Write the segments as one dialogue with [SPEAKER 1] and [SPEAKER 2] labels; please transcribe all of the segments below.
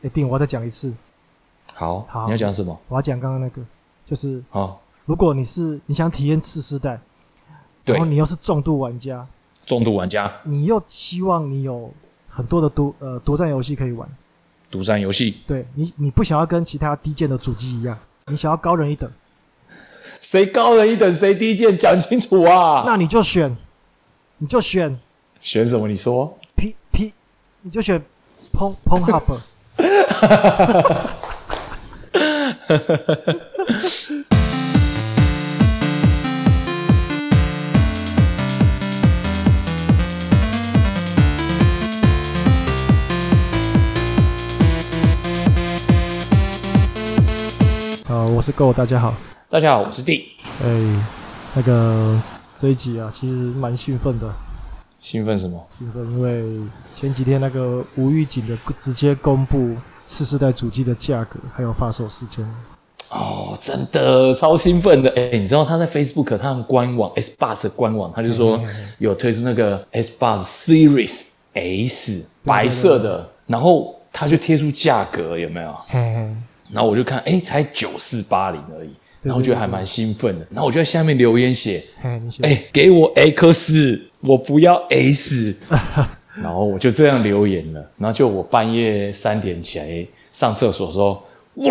[SPEAKER 1] 一定我欸要再讲一次，
[SPEAKER 2] 好，
[SPEAKER 1] 好
[SPEAKER 2] 你要讲什么？哦
[SPEAKER 1] 我要讲刚刚那个，就是
[SPEAKER 2] 好，
[SPEAKER 1] 如果你是你想体验次世代，
[SPEAKER 2] 对
[SPEAKER 1] 然后，你又是重度玩家，
[SPEAKER 2] 重度玩家
[SPEAKER 1] 你又希望你有很多的独呃独占游戏可以玩，
[SPEAKER 2] 独占游戏，
[SPEAKER 1] 对你你不想要跟其他低贱的主机一样，你想要高人一等，
[SPEAKER 2] 谁高人一等，谁低贱，讲清楚啊！
[SPEAKER 1] 那你就选，你就选
[SPEAKER 2] 选什么？你说
[SPEAKER 1] P P，你就选 Pong Pong Hub。呃，我是 Go，大家好。
[SPEAKER 2] 大家好，我是 D，
[SPEAKER 1] 哎、那个这一集啊，其实蛮兴奋的，
[SPEAKER 2] 兴奋什么？
[SPEAKER 1] 兴奋，因为前几天那个无预警的直接公布次世代主机的价格，还有发售时间。
[SPEAKER 2] 哦，真的超兴奋的！哎，你知道他在 Facebook 他们官网 Xbox 的官网，他就说有推出那个 Xbox Series S 白色的，然后他就贴出价格，有没有？
[SPEAKER 1] 嘿嘿，
[SPEAKER 2] 然后我就看，哎，才九四八零而已，
[SPEAKER 1] 对
[SPEAKER 2] 然后觉得
[SPEAKER 1] 对
[SPEAKER 2] 还蛮兴奋的。然后我就在下面留言写，
[SPEAKER 1] 嘿，你先。
[SPEAKER 2] 哎、给我 X，我不要 S。然后我就这样留言了，然后就我半夜三点起来上厕所的时候，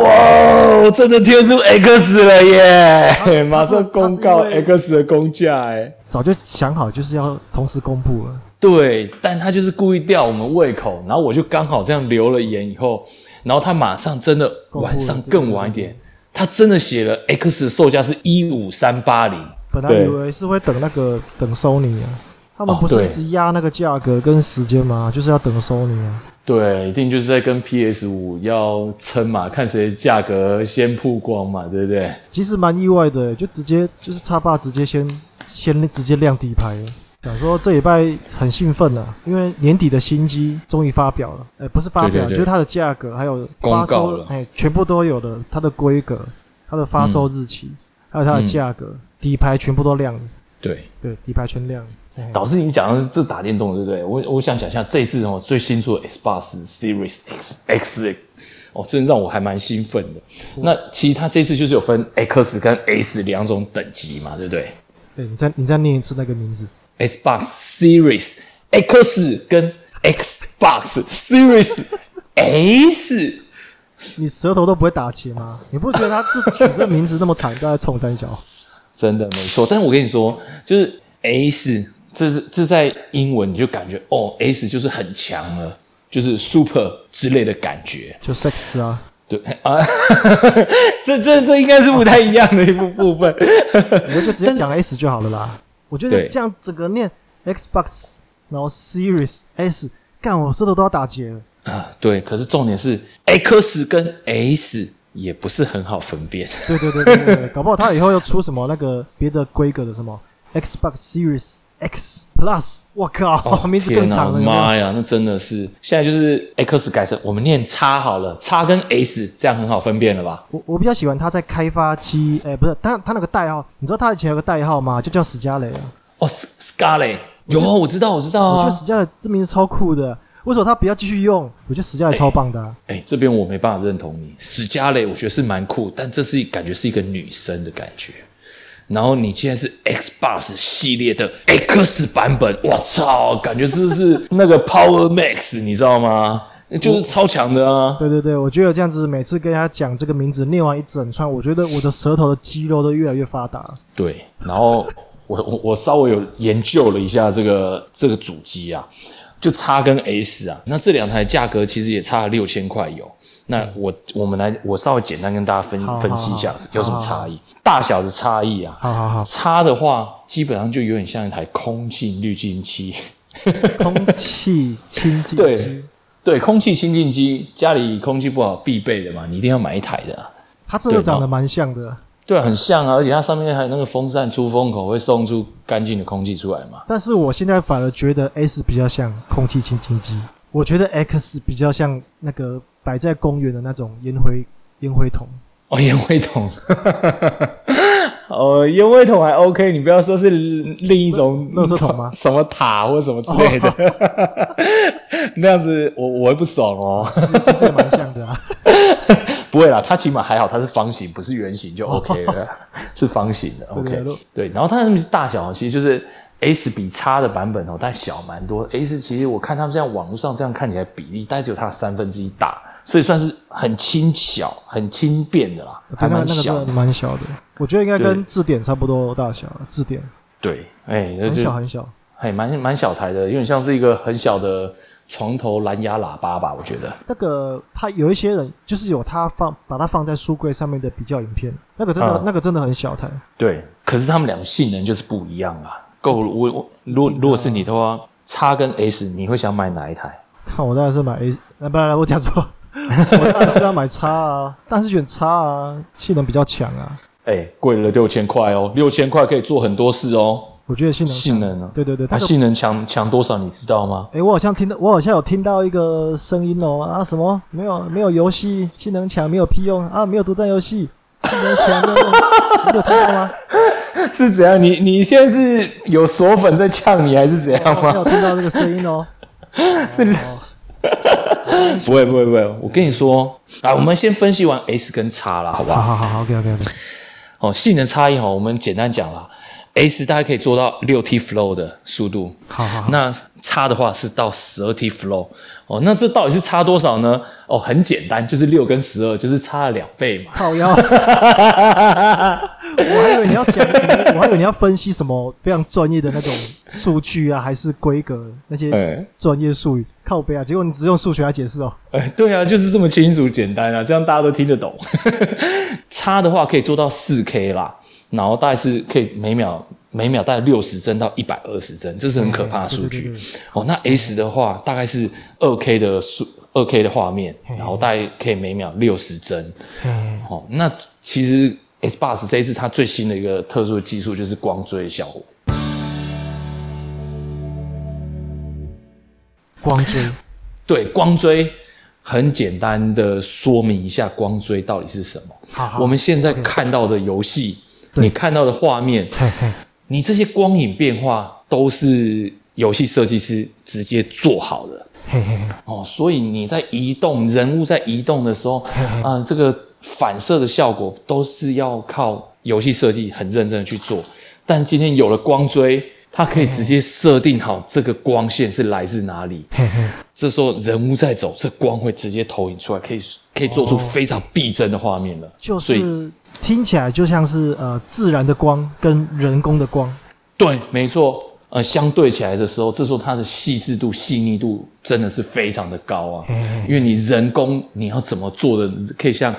[SPEAKER 2] 哇，真的贴出 X 了 耶！马上公告
[SPEAKER 1] 他是因为
[SPEAKER 2] X 的公价哎。
[SPEAKER 1] 早就想好就是要同时公布了。
[SPEAKER 2] 对，但他就是故意吊我们胃口，然后我就刚好这样留了言以后，然后他马上真的
[SPEAKER 1] 公布了
[SPEAKER 2] 晚上
[SPEAKER 1] 这个
[SPEAKER 2] 更晚一点，他真的写了 X 的售价是一五三八零，
[SPEAKER 1] 本来
[SPEAKER 2] 对
[SPEAKER 1] 以为是会等那个等 Sony 啊，他们
[SPEAKER 2] 哦
[SPEAKER 1] 不是
[SPEAKER 2] 对
[SPEAKER 1] 一直压那个价格跟时间吗？就是要等 Sony 啊。
[SPEAKER 2] 对，一定就是在跟 PS 五要撑嘛，看谁价格先曝光嘛，对不对？
[SPEAKER 1] 其实蛮意外的，就直接就是叉爸直接先先直接亮底牌了。想说这礼拜很兴奋了、因为年底的新机终于发表了，哎，不是发表，
[SPEAKER 2] 对对对
[SPEAKER 1] 就是它的价格还有发
[SPEAKER 2] 公告
[SPEAKER 1] 售
[SPEAKER 2] 了，
[SPEAKER 1] 哎，全部都有了，它的规格、它的发售日期，
[SPEAKER 2] 嗯
[SPEAKER 1] 还有它的价格，底牌全部都亮了，
[SPEAKER 2] 对，
[SPEAKER 1] 对，底牌全亮了。哎
[SPEAKER 2] 导师，你讲的是这打电动，对不对？我我想讲一下这次哦最新出的 Xbox Series X X，哦，真的让我还蛮兴奋的。那其实它这次就是有分 X 跟 S 两种等级嘛，对不对
[SPEAKER 1] 对，你再你再念一次那个名字，
[SPEAKER 2] ？Xbox Series X 跟 Xbox Series S。
[SPEAKER 1] 你舌头都不会打结吗？你不觉得他自取这名字那么长，都在冲三角？
[SPEAKER 2] 真的没错。但是我跟你说，就是 S，这是这在英文你就感觉哦，S 就是很强了，就是 super 之类的感觉。
[SPEAKER 1] 就 sex 啊，
[SPEAKER 2] 对啊， 这这这应该是不太一样的一部部分。
[SPEAKER 1] 我就直接讲 S 就好了啦。我觉得
[SPEAKER 2] 对
[SPEAKER 1] 这样整个念 Xbox，然后 Series S，干我舌头都要打结了。
[SPEAKER 2] 啊，对。可是重点是 X 跟 S 也不是很好分辨。
[SPEAKER 1] 对对对对对对，搞不好他以后又出什么那个别的规格的什么 Xbox Series X Plus，我靠，名字更长了。有没
[SPEAKER 2] 哦天哪
[SPEAKER 1] 有
[SPEAKER 2] 妈呀，那真的是现在就是 X 改成我们念叉好了，叉跟 S 这样很好分辨了吧？
[SPEAKER 1] 我我比较喜欢他在开发期，哎、不是他他那个代号，你知道他以前有个代号吗？就叫史嘉蕾啊。
[SPEAKER 2] 哦，S-，Scarlet 有啊，我知道，我知道
[SPEAKER 1] 我觉
[SPEAKER 2] 啊
[SPEAKER 1] 得。史嘉蕾这名字超酷的，为什么他不要继续用？我觉得史嘉蕾超棒的啊、
[SPEAKER 2] 哎、这边我没办法认同你。史嘉蕾我觉得是蛮酷，但这是感觉是一个女生的感觉。然后你现在是 Xbox 系列的 X 版本，我操，感觉是是那个 Power Max，你知道吗？就是超强的啊！
[SPEAKER 1] 对对对，我觉得这样子每次跟他讲这个名字，念完一整串，我觉得我的舌头的肌肉都越来越发达了。
[SPEAKER 2] 对，然后我我我稍微有研究了一下这个这个主机啊，就叉跟 S 啊，那这两台价格其实也差了六千块有。那我我们来，我稍微简单跟大家分
[SPEAKER 1] 好好
[SPEAKER 2] 分析一下
[SPEAKER 1] 好
[SPEAKER 2] 有什么差异，大小的差异啊。
[SPEAKER 1] 好好好，
[SPEAKER 2] 叉的话，基本上就有点像一台空气滤净机。
[SPEAKER 1] 空气清净
[SPEAKER 2] 对
[SPEAKER 1] 机，
[SPEAKER 2] 对，空气清净机，家里空气不好必备的嘛，你一定要买一台的、啊。
[SPEAKER 1] 它真的长得蛮像的，
[SPEAKER 2] 对啊，很像啊，而且它上面还有那个风扇出风口，会送出干净的空气出来嘛。
[SPEAKER 1] 但是我现在反而觉得 S 比较像空气清净机，我觉得 X 比较像那个摆在公园的那种烟灰烟灰桶。
[SPEAKER 2] 哦，烟灰桶。 哦，烟味桶还 OK，你不要说是另一种
[SPEAKER 1] 垃垃圾桶吗
[SPEAKER 2] 什么塔或什么之 类的，那样子我我会不爽哦。
[SPEAKER 1] 其实也蛮像的 啊。
[SPEAKER 2] 不会啦，它起码还好，它是方形，不是圆形就 OK 了，是方形的 OK
[SPEAKER 1] 哦对对。
[SPEAKER 2] 对，然后它的大小其实就是 S 比 X 的版本哦，但小蛮多。S 其实我看他们这样网络上这样看起来比例，大概只有它的三分之一大，所以算是很轻小、很轻便的啦，还
[SPEAKER 1] 对那个
[SPEAKER 2] 蛮
[SPEAKER 1] 那个
[SPEAKER 2] 小的
[SPEAKER 1] 真的蛮小的，我觉得应该
[SPEAKER 2] 对
[SPEAKER 1] 跟字典差不多大小，字典
[SPEAKER 2] 对，哎、那
[SPEAKER 1] 很
[SPEAKER 2] 就
[SPEAKER 1] 小很小。
[SPEAKER 2] 还蛮蛮小台的，有点像是一个很小的床头蓝牙喇叭吧，我觉得。
[SPEAKER 1] 那个他有一些人就是有他放把它放在书柜上面的比较影片，那个真的、
[SPEAKER 2] 嗯
[SPEAKER 1] 那个真的很小台，
[SPEAKER 2] 对，可是他们两个性能就是不一样啊。够，我我如
[SPEAKER 1] 嗯
[SPEAKER 2] 果如果是你的话，x 跟 S，你会想买哪一台？
[SPEAKER 1] 看我当然是买 A，啊不然我讲 错，我当然是要买叉啊，但是选叉啊，性能比较强啊，
[SPEAKER 2] 哎、贵了六千块哦，六千块可以做很多事哦。
[SPEAKER 1] 我觉得性能强
[SPEAKER 2] 性能呢、
[SPEAKER 1] 嗯对对对，
[SPEAKER 2] 它、
[SPEAKER 1] 它的
[SPEAKER 2] 性能强强多少，你知道吗？
[SPEAKER 1] 哎、我好像听到，我好像有听到一个声音哦啊，什么没有没有游戏性能强没有屁用啊，没有独占游戏性能强没有用，你有听到 吗？
[SPEAKER 2] 是怎样？你你现在是有锁粉在呛你，还是怎样
[SPEAKER 1] 没有听到这个声音哦，
[SPEAKER 2] 这里不会不会不会，我跟你说啊，我们先分析完 S 跟 X 啦，好不
[SPEAKER 1] 好
[SPEAKER 2] 好？
[SPEAKER 1] 好好好，OK OK OK，
[SPEAKER 2] 哦，性能差异哈，我们简单讲啦，S 大概可以做到六 T flow 的速度，
[SPEAKER 1] 好好好，
[SPEAKER 2] 那差的话是到十二 T flow 哦，那这到底是差多少呢？哦，很简单，就是六跟十二，就是差了两倍嘛。
[SPEAKER 1] 靠腰， 我还以为你要讲，我还以为你要分析什么非常专业的那种数据啊，还是规格那些
[SPEAKER 2] 哎
[SPEAKER 1] 专业术语，靠背啊，结果你只用数学来解释哦，
[SPEAKER 2] 哎， 对啊，就是这么清楚简单啊，这样大家都听得懂。 差的话可以做到四 K 啦，然后大概是可以每秒每秒大概六十帧到一百二十帧，这是很可怕的数
[SPEAKER 1] 对
[SPEAKER 2] 据
[SPEAKER 1] 嗯对对。
[SPEAKER 2] 哦，那 S 的话大概是二 K 的数二 K 的画面，然后大概可以每秒六十帧。
[SPEAKER 1] 嘿
[SPEAKER 2] 哦，那其实 S Bus 这一次它最新的一个特殊的技术就是光追效果。
[SPEAKER 1] 光追，
[SPEAKER 2] 对，光追很简单的说明一下光追到底是什么。
[SPEAKER 1] 好好
[SPEAKER 2] 我们现在看到的游戏，
[SPEAKER 1] 啊对
[SPEAKER 2] 你看到的画面，
[SPEAKER 1] 嘿嘿，
[SPEAKER 2] 你这些光影变化都是游戏设计师直接做好的。
[SPEAKER 1] 嘿嘿嘿，
[SPEAKER 2] 哦，所以你在移动人物在移动 的时候，啊、这个反射的效果都是要靠游戏设计很认真的去做。但今天有了光追，它可以直接设定好这个光线是来自哪里。
[SPEAKER 1] 嘿嘿，
[SPEAKER 2] 这时候人物在走，这光会直接投影出来，可以可以做出非常逼真的画面了。
[SPEAKER 1] 哦就
[SPEAKER 2] 所以
[SPEAKER 1] 是听起来就像是呃自然的光跟人工的光，
[SPEAKER 2] 对，没错。呃，相对起来的时候，这时候它的细致度、细腻度真的是非常的高啊
[SPEAKER 1] 嘿嘿。
[SPEAKER 2] 因为你人工你要怎么做的，可以像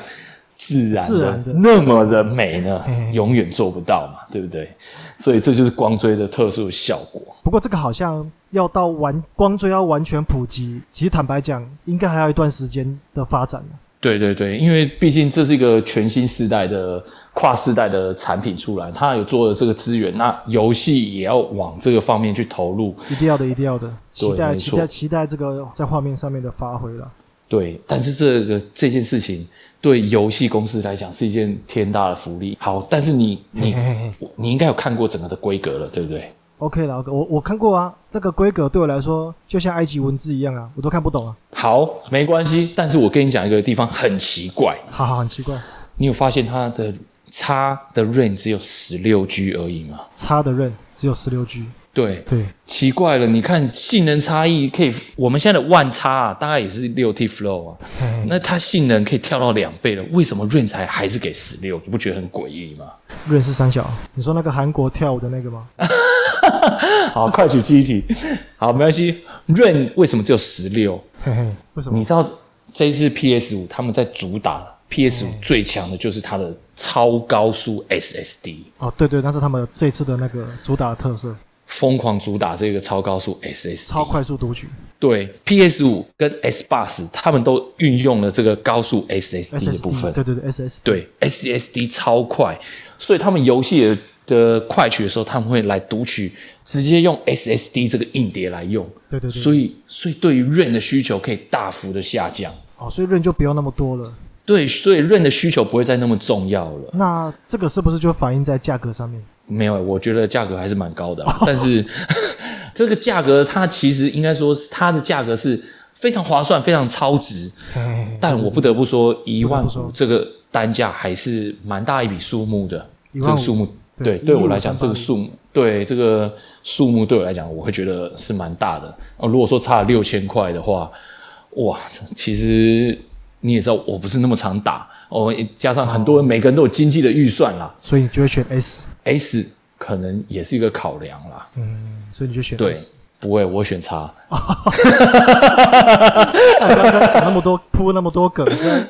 [SPEAKER 2] 自然
[SPEAKER 1] 自
[SPEAKER 2] 的
[SPEAKER 1] 然的嗯
[SPEAKER 2] 那么的美呢
[SPEAKER 1] 嘿嘿？
[SPEAKER 2] 永远做不到嘛，对不对？所以这就是光追的特殊效果。
[SPEAKER 1] 不过这个好像要到完光追要完全普及，其实坦白讲，应该还要一段时间的发展呢
[SPEAKER 2] 对对对，因为毕竟这是一个全新世代的跨世代的产品出来，它有做了这个资源，那游戏也要往这个方面去投入。
[SPEAKER 1] 一定要的，一定要的，期待
[SPEAKER 2] 没
[SPEAKER 1] 期
[SPEAKER 2] 错
[SPEAKER 1] 待期待这个在画面上面的发挥了。
[SPEAKER 2] 对，但是这个这件事情对游戏公司来讲是一件天大的福利。好，但是你
[SPEAKER 1] 嘿
[SPEAKER 2] 你
[SPEAKER 1] 嘿嘿
[SPEAKER 2] 你应该有看过整个的规格了，对不对？
[SPEAKER 1] ，OK 了，OK，我我看过啊，这个规格对我来说就像埃及文字一样啊，我都看不懂啊，
[SPEAKER 2] 好，没关系。但是我跟你讲一个地方很奇怪，
[SPEAKER 1] 哈哈，很奇怪，
[SPEAKER 2] 你有发现它的差的 range 只有十六 G 而已吗？
[SPEAKER 1] 差的 RAM 只有十六 G，
[SPEAKER 2] 对，
[SPEAKER 1] 对，
[SPEAKER 2] 奇怪了，你看性能差异可以，我们现在的万差啊，大概也是六 T flow 啊，
[SPEAKER 1] 嘿嘿
[SPEAKER 2] 那它性能可以跳到两倍了，为什么润才还是给十六？你不觉得很诡异吗？
[SPEAKER 1] RAM 是三小，你说那个韩国跳舞的那个吗？
[SPEAKER 2] 好，快取记 忆体，好，没关系。润为什么只有十六？
[SPEAKER 1] 嘿嘿，嗯为什么
[SPEAKER 2] 你？知道这一次 PS 五他们在主打 PS
[SPEAKER 1] 嗯
[SPEAKER 2] 五最强的就是它的超高速 SSD。
[SPEAKER 1] 哦，对对，那是他们这次的那个主打的特色，
[SPEAKER 2] 疯狂主打这个超高速 SSD，
[SPEAKER 1] 超快速读取
[SPEAKER 2] 对 PS 五跟 S Bus 他们都运用了这个高速 SSD 的部
[SPEAKER 1] SSD，，
[SPEAKER 2] 分
[SPEAKER 1] 对对对 SS，
[SPEAKER 2] 对 SSD 超快，所以他们游戏的的快取的时候，他们会来读取，直接用 SSD 这个硬碟来用。
[SPEAKER 1] 对对对
[SPEAKER 2] 所以所以对于 RAM 的需求可以大幅的下降。
[SPEAKER 1] 哦，所以 RAM 就不用那么多了，
[SPEAKER 2] 对，所以润的需求不会再那么重要了。
[SPEAKER 1] 那这个是不是就反映在价格上面？
[SPEAKER 2] 没有，我觉得价格还是蛮高的啊、但是 这个价格它其实应该说是它的价格是非常划算、非常超值。
[SPEAKER 1] 嘿嘿嘿
[SPEAKER 2] 但我不得不说，一万
[SPEAKER 1] 不得
[SPEAKER 2] 五这个单价还是蛮大一笔数目的。
[SPEAKER 1] 15,000
[SPEAKER 2] 这个数目，
[SPEAKER 1] 对
[SPEAKER 2] 对，对我来
[SPEAKER 1] 15,380
[SPEAKER 2] 讲，这个数目，对这个数目对我来讲，我会觉得是蛮大的。哦，如果说差了六千块的话，哇，这其实你也知道，我不是那么常打哦，加上很多人每个人都有经济的预算啦
[SPEAKER 1] 所以你就会选 S，
[SPEAKER 2] ，S 可能也是一个考量啦。
[SPEAKER 1] 所以你就选
[SPEAKER 2] 对
[SPEAKER 1] S。，
[SPEAKER 2] 不会，我选叉。
[SPEAKER 1] 哎刚刚讲那么多铺那么多梗，是 在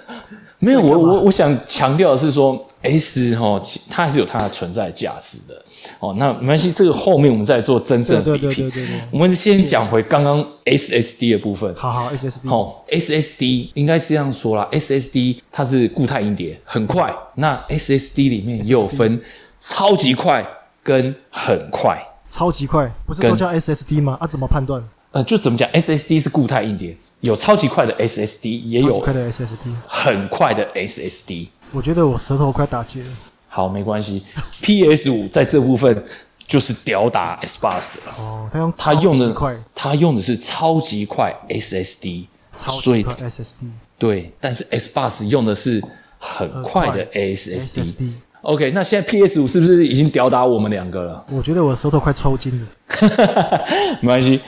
[SPEAKER 2] 没有，我我我想强调的是说，S 哈，其它还是有它的存在价值的。哦，那没关系，这个后面我们再做真正的
[SPEAKER 1] 对
[SPEAKER 2] 比
[SPEAKER 1] 对对
[SPEAKER 2] 拼。
[SPEAKER 1] 对对对
[SPEAKER 2] 我们先讲回刚刚 SSD 的部分。
[SPEAKER 1] 好嗯好 SSD，
[SPEAKER 2] 好、s s d 应该这样说啦，SSD 它是固态硬碟，很快。那 SSD 里面也有分超级快跟很快。
[SPEAKER 1] 超级快，不是
[SPEAKER 2] 跟
[SPEAKER 1] 都叫 SSD 吗？啊，怎么判断
[SPEAKER 2] 呃，就怎么讲，SSD 是固态硬碟，有超级快的 SSD，也
[SPEAKER 1] 超级
[SPEAKER 2] 有
[SPEAKER 1] 快的 SSD？
[SPEAKER 2] 很快的 SSD。
[SPEAKER 1] 我觉得我舌头快打结了。
[SPEAKER 2] 好，没关系。PS 五在这部分就是吊打 S 八十了，
[SPEAKER 1] 哦，他用
[SPEAKER 2] 它用
[SPEAKER 1] 超级
[SPEAKER 2] 的
[SPEAKER 1] 快，
[SPEAKER 2] 它用的是超级快 SSD，
[SPEAKER 1] 超
[SPEAKER 2] 所
[SPEAKER 1] 级
[SPEAKER 2] 以
[SPEAKER 1] 快 SSD，
[SPEAKER 2] 对，但是 S 八十用的是很快的
[SPEAKER 1] 很快
[SPEAKER 2] SSD。
[SPEAKER 1] SSD
[SPEAKER 2] OK，那现在 PS 五是不是已经吊打我们两个了？
[SPEAKER 1] 我觉得我舌头快抽筋了。
[SPEAKER 2] 没关系。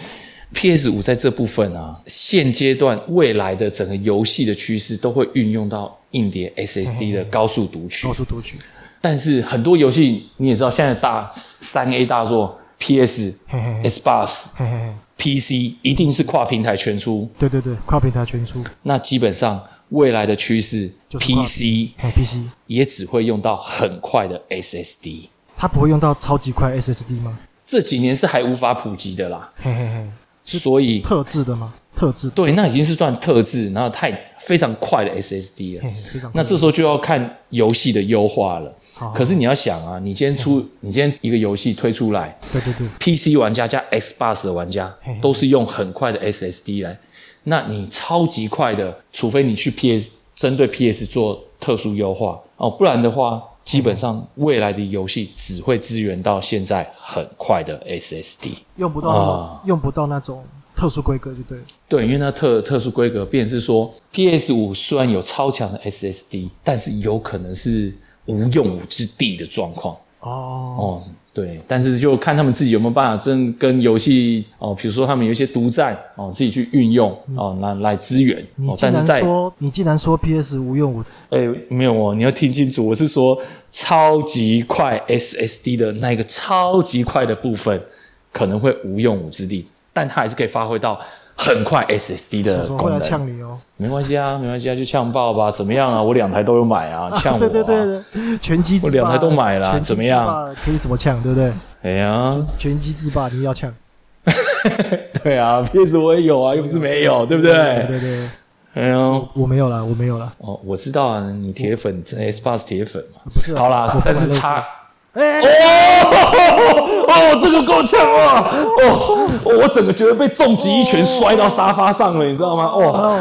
[SPEAKER 2] PS 五在这部分啊，现阶段未来的整个游戏的趋势都会运用到硬碟 SSD 的高速读取
[SPEAKER 1] 高。速读取，
[SPEAKER 2] 但是很多游戏你也知道，现在大三 A 大作 PS
[SPEAKER 1] 嘿嘿、嘿
[SPEAKER 2] Xbox、
[SPEAKER 1] 嘿嘿嘿，
[SPEAKER 2] PC 一定是跨平台全出。
[SPEAKER 1] 对对对，跨平台全出，
[SPEAKER 2] 那基本上未来的趋势
[SPEAKER 1] 就是跨
[SPEAKER 2] ，PC
[SPEAKER 1] 嘿 PC，
[SPEAKER 2] 也只会用到很快的 SSD。
[SPEAKER 1] 它不会用到超级快 SSD 吗？
[SPEAKER 2] 这几年是还无法普及的啦，
[SPEAKER 1] 嘿嘿嘿，
[SPEAKER 2] 所以
[SPEAKER 1] 特制的吗？特制的，
[SPEAKER 2] 对，那已经是算特制，然后太非常快的 SSD 了
[SPEAKER 1] 嘿。非常
[SPEAKER 2] 那这时候就要看游戏的优化了
[SPEAKER 1] 好。
[SPEAKER 2] 可是你要想啊，你今天出，你今天一个游戏推出来，
[SPEAKER 1] 对对对，
[SPEAKER 2] PC 玩家加 Xbox 的玩家
[SPEAKER 1] 嘿嘿
[SPEAKER 2] 都是用很快的 SSD 来，那你超级快的，除非你去 PS 针对 PS 做特殊优化哦，不然的话，基本上未来的游戏只会支援到现在很快的 SSD。
[SPEAKER 1] 用不到、
[SPEAKER 2] 啊
[SPEAKER 1] 用不到那种特殊规格就对了。
[SPEAKER 2] 对，因为它特特殊规格，便是说 PS 五虽然有超强的 SSD，但是有可能是无用武之地的状况。
[SPEAKER 1] 哦，
[SPEAKER 2] 哦，对，但是就看他们自己有没有办法真跟游戏哦，比如说他们有一些独占哦，自己去运用哦，来来支援
[SPEAKER 1] 你
[SPEAKER 2] 哦，
[SPEAKER 1] 竟
[SPEAKER 2] 但是
[SPEAKER 1] 然
[SPEAKER 2] 在
[SPEAKER 1] 说你竟然说 PS 无用武之，
[SPEAKER 2] 哎没有哦，你要听清楚，我是说超级快 SSD 的那个超级快的部分可能会无用武之地，但它还是可以发挥到很快 SSD
[SPEAKER 1] 我
[SPEAKER 2] 的
[SPEAKER 1] 说会
[SPEAKER 2] 呃功
[SPEAKER 1] 来
[SPEAKER 2] 能。
[SPEAKER 1] 呛你哦。
[SPEAKER 2] 没关系啊，没关系啊，就呛爆吧，怎么样啊？我两台都有买 啊， 呛我、啊。
[SPEAKER 1] 对对对对，拳击自霸
[SPEAKER 2] 我两台都买啦
[SPEAKER 1] 拳击
[SPEAKER 2] 怎么样
[SPEAKER 1] 自霸可以怎么呛，对不对？
[SPEAKER 2] 哎呀，
[SPEAKER 1] 拳击自霸你要呛，
[SPEAKER 2] 对啊，PS 我也有啊，又不是没有，对不对？
[SPEAKER 1] 对对对，
[SPEAKER 2] 哎呀。
[SPEAKER 1] 我没有了，我没有了，
[SPEAKER 2] 哦，我知道啊，你铁粉，S
[SPEAKER 1] 嗯
[SPEAKER 2] 八是铁粉嘛？
[SPEAKER 1] 不是啊
[SPEAKER 2] 好啦
[SPEAKER 1] 我，
[SPEAKER 2] 但是
[SPEAKER 1] 不管
[SPEAKER 2] 差
[SPEAKER 1] 哎、
[SPEAKER 2] 哦，这个够呛啊！哦，我整个觉得被重击一拳摔到沙发上了，你知道吗？哦，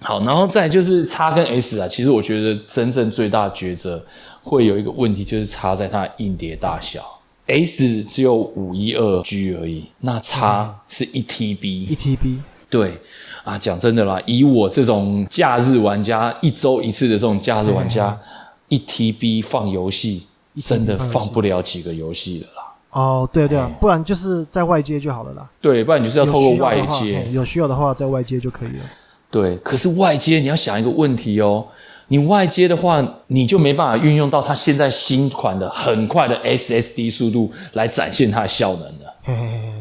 [SPEAKER 2] 好，然后再来就是叉跟 S 啊，其实我觉得真正最大的抉择会有一个问题，就是差在它的硬碟大小。S 只有五一二 G 而已，那
[SPEAKER 1] 嗯
[SPEAKER 2] 叉是一 TB，
[SPEAKER 1] 一 TB
[SPEAKER 2] 对啊，讲真的啦，以我这种假日玩家，一周一次的这种假日玩家，
[SPEAKER 1] 哎
[SPEAKER 2] 一 TB 放游戏，真的放不了几个游戏了啦。
[SPEAKER 1] 哦，对啊对啊，不然就是在外接就好了啦。
[SPEAKER 2] 对，不然你就是哎要
[SPEAKER 1] 有
[SPEAKER 2] 透过
[SPEAKER 1] 需要
[SPEAKER 2] 外
[SPEAKER 1] 的话
[SPEAKER 2] 接
[SPEAKER 1] 嘿。有需要的话在外接就可以了。
[SPEAKER 2] 对，可是外接你要想一个问题哦，你外接的话，你就没办法运用到它现在新款的很快的 SSD 速度来展现它的效能了。
[SPEAKER 1] 嘿嘿嘿嘿，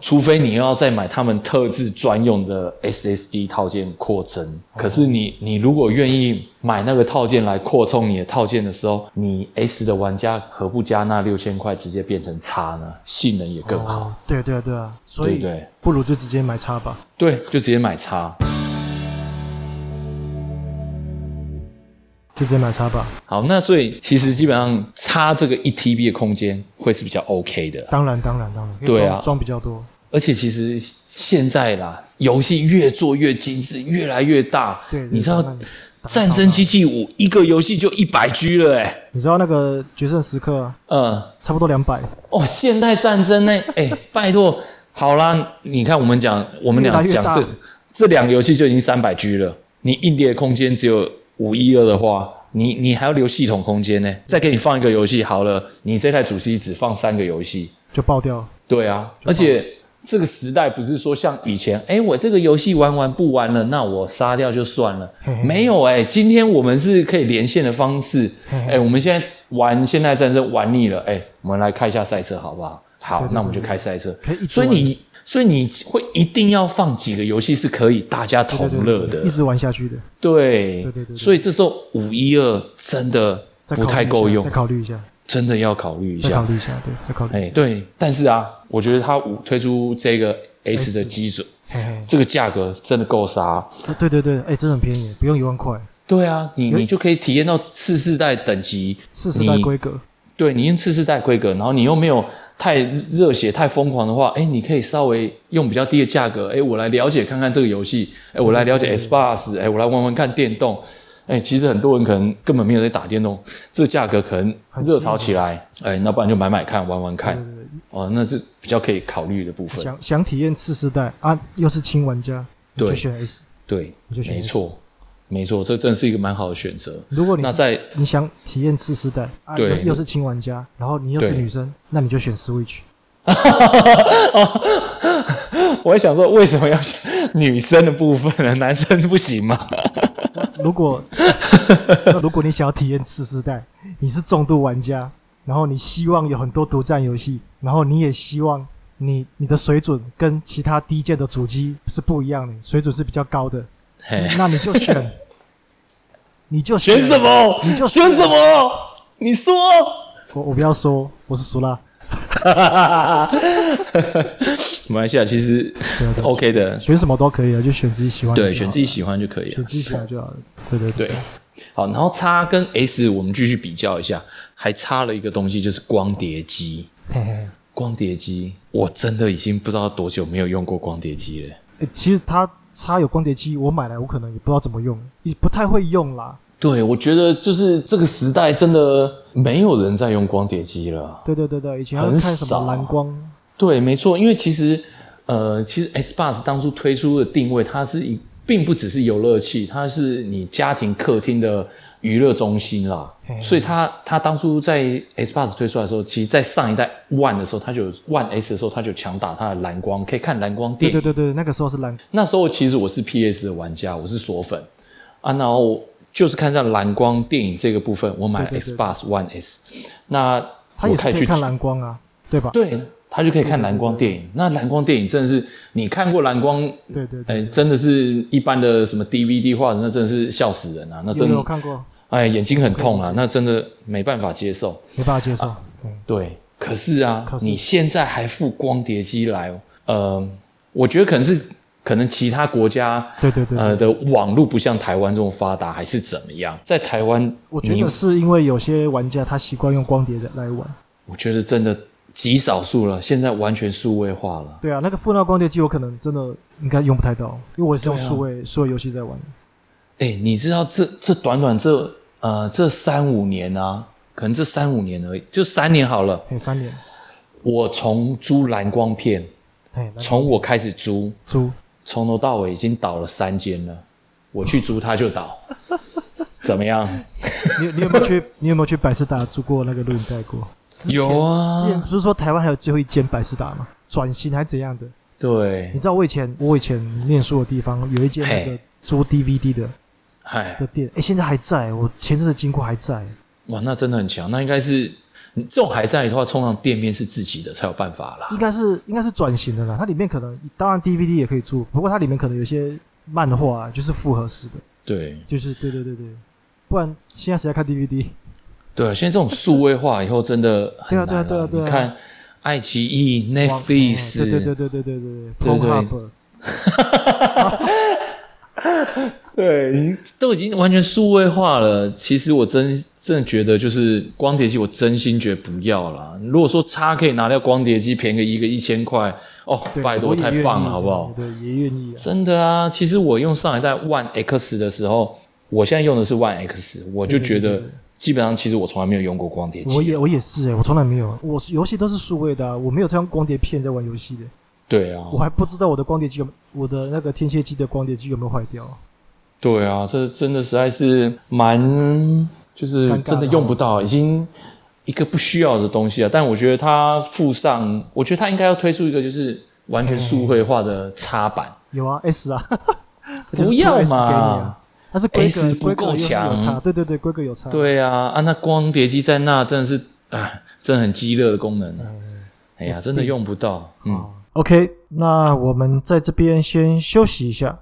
[SPEAKER 2] 除非你又要再买他们特制专用的 SSD 套件扩增，可是你你如果愿意买那个套件来扩充你的套件的时候，你 S 的玩家何不加那六千块直接变成叉呢？性能也更好，
[SPEAKER 1] 哦，对啊对啊对啊，所
[SPEAKER 2] 对
[SPEAKER 1] 以
[SPEAKER 2] 不对？
[SPEAKER 1] 不如就直接买叉吧。
[SPEAKER 2] 对，就直接买叉。
[SPEAKER 1] 就直接买叉吧，
[SPEAKER 2] 好，那所以其实基本上叉这个一 TB 的空间会是比较 OK 的，
[SPEAKER 1] 当然当然当然，可以
[SPEAKER 2] 对
[SPEAKER 1] 装
[SPEAKER 2] 啊
[SPEAKER 1] 装比较多，
[SPEAKER 2] 而且其实现在啦，游戏越做越精致，越来越大，
[SPEAKER 1] 对，对
[SPEAKER 2] 你知道
[SPEAKER 1] 当然。
[SPEAKER 2] 战争机器五一个游戏就一百 G 了、欸，哎，
[SPEAKER 1] 你知道那个决胜时刻、啊、
[SPEAKER 2] 嗯，
[SPEAKER 1] 差不多两百，
[SPEAKER 2] 哦，现代战争呢、哎、拜托，好啦，你看我们讲，我们俩
[SPEAKER 1] 越来越
[SPEAKER 2] 讲
[SPEAKER 1] 大
[SPEAKER 2] 这这两个游戏就已经三百 G 了，你硬碟空间只有五一二的话，你你还要留系统空间呢、再给你放一个游戏好了，你这台主机只放三个游戏，
[SPEAKER 1] 就爆掉了。
[SPEAKER 2] 对啊，而且这个时代不是说像以前，哎，我这个游戏玩完不玩了，那我杀掉就算了
[SPEAKER 1] 嘿嘿。嘿
[SPEAKER 2] 没有哎、今天我们是可以连线的方式。哎，我们现在玩现代战争玩腻了，哎，我们来开一下赛车好不好？好，
[SPEAKER 1] 对对
[SPEAKER 2] 那我们就开赛车
[SPEAKER 1] 可以一。直
[SPEAKER 2] 所以你，所以你会一定要放几个游戏是可以大家
[SPEAKER 1] 对对
[SPEAKER 2] 同
[SPEAKER 1] 对
[SPEAKER 2] 乐的
[SPEAKER 1] 一。直玩下去的，
[SPEAKER 2] 对
[SPEAKER 1] 对对对
[SPEAKER 2] 所以这时候五一二真的
[SPEAKER 1] 再
[SPEAKER 2] 不
[SPEAKER 1] 考虑
[SPEAKER 2] 太
[SPEAKER 1] 一
[SPEAKER 2] 够
[SPEAKER 1] 下
[SPEAKER 2] 用
[SPEAKER 1] 再，考虑一下，
[SPEAKER 2] 真的要考虑一
[SPEAKER 1] 再
[SPEAKER 2] 下
[SPEAKER 1] 考。虑一下，对，再考虑
[SPEAKER 2] 哎、
[SPEAKER 1] 一下。
[SPEAKER 2] 对，但是啊，我觉得它五推出这个 S 的基准，
[SPEAKER 1] 嘿嘿，
[SPEAKER 2] 这个价格真的够杀。
[SPEAKER 1] 啊对对对，哎，真的很便宜，不用一万块，
[SPEAKER 2] 对啊，你你就可以体验到次世代等级，
[SPEAKER 1] 四十代
[SPEAKER 2] 你
[SPEAKER 1] 规格，
[SPEAKER 2] 对你用次世代规格，然后你又没有太热血、太疯狂的话，哎，你可以稍微用比较低的价格，哎，我来了解看看这个游戏，哎，我来了解 S Bus，哎，我来玩玩看电动。哎，其实很多人可能根本没有在打电动，这价格可能热潮起来，哎，那不然就买买看，玩玩看，哦，那这比较可以考虑的部分。
[SPEAKER 1] 想想体验次世代啊，又是轻玩家，你
[SPEAKER 2] 对
[SPEAKER 1] 就选 S。
[SPEAKER 2] 对，
[SPEAKER 1] 你就选
[SPEAKER 2] 没
[SPEAKER 1] S
[SPEAKER 2] 错，没错，这真的是一个蛮好的选择。
[SPEAKER 1] 如果你
[SPEAKER 2] 那
[SPEAKER 1] 是
[SPEAKER 2] 在
[SPEAKER 1] 你想体验次世代啊，
[SPEAKER 2] 对
[SPEAKER 1] 又又是轻玩家，然后你又是
[SPEAKER 2] 对
[SPEAKER 1] 女生，那你就选 Switch。
[SPEAKER 2] 我还想说，为什么要选女生的部分呢？ 男生不行吗？
[SPEAKER 1] 如果 如果你想要体验次世代，你是重度玩家，然后你希望有很多独占游戏，然后你也希望你你的水准跟其他低阶的主机是不一样的，水准是比较高的，
[SPEAKER 2] 嘿，
[SPEAKER 1] 那你就 选，你就
[SPEAKER 2] 哎选什？么？
[SPEAKER 1] 你就啊
[SPEAKER 2] 选什么？你说。
[SPEAKER 1] 我我不要说，我是苏拉，
[SPEAKER 2] 马来西亚其实
[SPEAKER 1] 对啊对啊
[SPEAKER 2] OK 的，
[SPEAKER 1] 选什么都可以啊，就选自己喜欢的就好，
[SPEAKER 2] 对，选自己喜欢就可以
[SPEAKER 1] 选
[SPEAKER 2] 了。
[SPEAKER 1] 自己喜欢就好了，对对
[SPEAKER 2] 对，好，然后叉跟 S 我们继续比较一下，还差了一个东西，就是光碟机。
[SPEAKER 1] 嘿嘿嘿。
[SPEAKER 2] 光碟机，我真的已经不知道多久没有用过光碟机了。
[SPEAKER 1] 欸其实它插有光碟机，我买来我可能也不知道怎么用，也不太会用啦。
[SPEAKER 2] 对，我觉得就是这个时代真的没有人在用光碟机了。
[SPEAKER 1] 对对对对，以前还
[SPEAKER 2] 很
[SPEAKER 1] 会看什么
[SPEAKER 2] 少
[SPEAKER 1] 蓝光，
[SPEAKER 2] 对，没错，因为其实呃，其实 S Bus 当初推出的定位，它是一并不只是游乐器，它是你家庭客厅的娱乐中心啦
[SPEAKER 1] 嘿。
[SPEAKER 2] 所以它它当初在 S Bus 推出来的时候，其实在上一代 One 的时候，它就有 One S 的时候，它就强打它的蓝光，可以看蓝光电
[SPEAKER 1] 对
[SPEAKER 2] 影。
[SPEAKER 1] 对对对，那个时候是蓝，
[SPEAKER 2] 那时候其实我是 PS 的玩家，我是锁粉啊，然后就是看上蓝光电影这个部分，我买了
[SPEAKER 1] 对对
[SPEAKER 2] X
[SPEAKER 1] 对
[SPEAKER 2] Bus One S，那
[SPEAKER 1] 它
[SPEAKER 2] 我
[SPEAKER 1] 也是
[SPEAKER 2] 开
[SPEAKER 1] 可
[SPEAKER 2] 始去
[SPEAKER 1] 以看蓝光啊，对吧？
[SPEAKER 2] 对，他就可以看蓝光电影。那蓝光电影真的是你看过蓝光，
[SPEAKER 1] 对对对，
[SPEAKER 2] 哎，真的是一般的什么 DVD 画的，那真的是笑死人啊！那
[SPEAKER 1] 有
[SPEAKER 2] 真
[SPEAKER 1] 有看过，
[SPEAKER 2] 哎眼睛很痛啊，那真的没办法接受。
[SPEAKER 1] 没办法接
[SPEAKER 2] 啊
[SPEAKER 1] 受。嗯，
[SPEAKER 2] 对，可是啊，
[SPEAKER 1] 可是
[SPEAKER 2] 你现在还付光碟机来哦，呃，我觉得可能是可能其他国家
[SPEAKER 1] 对对对，
[SPEAKER 2] 呃的网络不像台湾这么发达，还是怎么样？在台湾，
[SPEAKER 1] 我觉
[SPEAKER 2] 你
[SPEAKER 1] 得是因为有些玩家他习惯用光碟的来玩。
[SPEAKER 2] 我觉得真的极少数了，现在完全数位化了。
[SPEAKER 1] 对啊，那个附料光碟机我可能真的应该用不太到，因为我也是用
[SPEAKER 2] 对啊
[SPEAKER 1] 数位数位游戏在玩。
[SPEAKER 2] 哎、你知道这这短短这呃这三五年啊，可能这三五年而已，就三年好了。
[SPEAKER 1] 嘿， 三年，
[SPEAKER 2] 我从租蓝光片，
[SPEAKER 1] 嘿，那
[SPEAKER 2] 从我开始租，
[SPEAKER 1] 租
[SPEAKER 2] 从头到尾已经倒了三间了。我去租它就 倒，怎么样？
[SPEAKER 1] 你你有没有去？你有没有去百事达租过那个录影带过？之前
[SPEAKER 2] 有
[SPEAKER 1] 之前
[SPEAKER 2] 啊，
[SPEAKER 1] 不是说台湾还有最后一间百事达吗？转型还是怎样的？
[SPEAKER 2] 对
[SPEAKER 1] 你，知道我以前我以前念书的地方有一间那个
[SPEAKER 2] 嘿
[SPEAKER 1] 租 DVD 的
[SPEAKER 2] 嗨，
[SPEAKER 1] 的店，哎、现在还在。我前阵子经过还在，
[SPEAKER 2] 哇，那真的很强，那应该是你这种还在的话，通常店面是自己的才有办法啦。
[SPEAKER 1] 应该是应该是转型的啦。它里面可能当然 DVD 也可以租，不过它里面可能有些漫画、啊、就是复合式的，
[SPEAKER 2] 对
[SPEAKER 1] 就是对对对对，不然现在谁在看 DVD？
[SPEAKER 2] 对啊，现在这种数位化以后真的很
[SPEAKER 1] 对啊
[SPEAKER 2] 难
[SPEAKER 1] 对啊对啊
[SPEAKER 2] 了。
[SPEAKER 1] 对啊
[SPEAKER 2] 你看爱奇艺、
[SPEAKER 1] 网哦
[SPEAKER 2] Netflix，
[SPEAKER 1] 对对对对对对对对
[SPEAKER 2] 对对
[SPEAKER 1] ，Pornhub
[SPEAKER 2] 对，都已经完全数位化了。其实我真真的觉得，就是光碟机，我真心觉得不要啦。如果说差可以拿掉光碟机，便宜个一个一千块，哦
[SPEAKER 1] 对，，
[SPEAKER 2] 拜托，
[SPEAKER 1] 我也
[SPEAKER 2] 太
[SPEAKER 1] 愿意
[SPEAKER 2] 棒了，
[SPEAKER 1] 啊
[SPEAKER 2] 好不好？
[SPEAKER 1] 对，也愿意啊。
[SPEAKER 2] 真的啊，其实我用上一代 One X 的时候，我现在用的是 One X，我就觉得基本上其实我从来没有用过光碟
[SPEAKER 1] 嗯我
[SPEAKER 2] 机。
[SPEAKER 1] 也我也是哎、我从来没有，我游戏都是数位的啊、我没有这张光碟片在玩游戏的，
[SPEAKER 2] 对啊
[SPEAKER 1] 我，还不知道我的光碟机有我的那个天蝎机的光碟机有没有坏掉。
[SPEAKER 2] 对啊，这真的实在是蛮就是
[SPEAKER 1] 尴尬的哦
[SPEAKER 2] 真的用不到，已经一个不需要的东西啊。但我觉得它附上，我觉得它应该要推出一个就是完全数位化的插板。
[SPEAKER 1] 有啊，S 啊， 就是
[SPEAKER 2] 不要
[SPEAKER 1] 出 S 给你
[SPEAKER 2] 嘛
[SPEAKER 1] 啊，，它是规
[SPEAKER 2] S
[SPEAKER 1] 格
[SPEAKER 2] 不
[SPEAKER 1] 规
[SPEAKER 2] 够
[SPEAKER 1] 格又是有
[SPEAKER 2] 强
[SPEAKER 1] 差，对对对，规格有差。
[SPEAKER 2] 对啊，啊，那光碟机在那真的是啊，真的很激烈的功能啊。哎呀，真的用不到，嗯，
[SPEAKER 1] OK，那我们在这边先休息一下，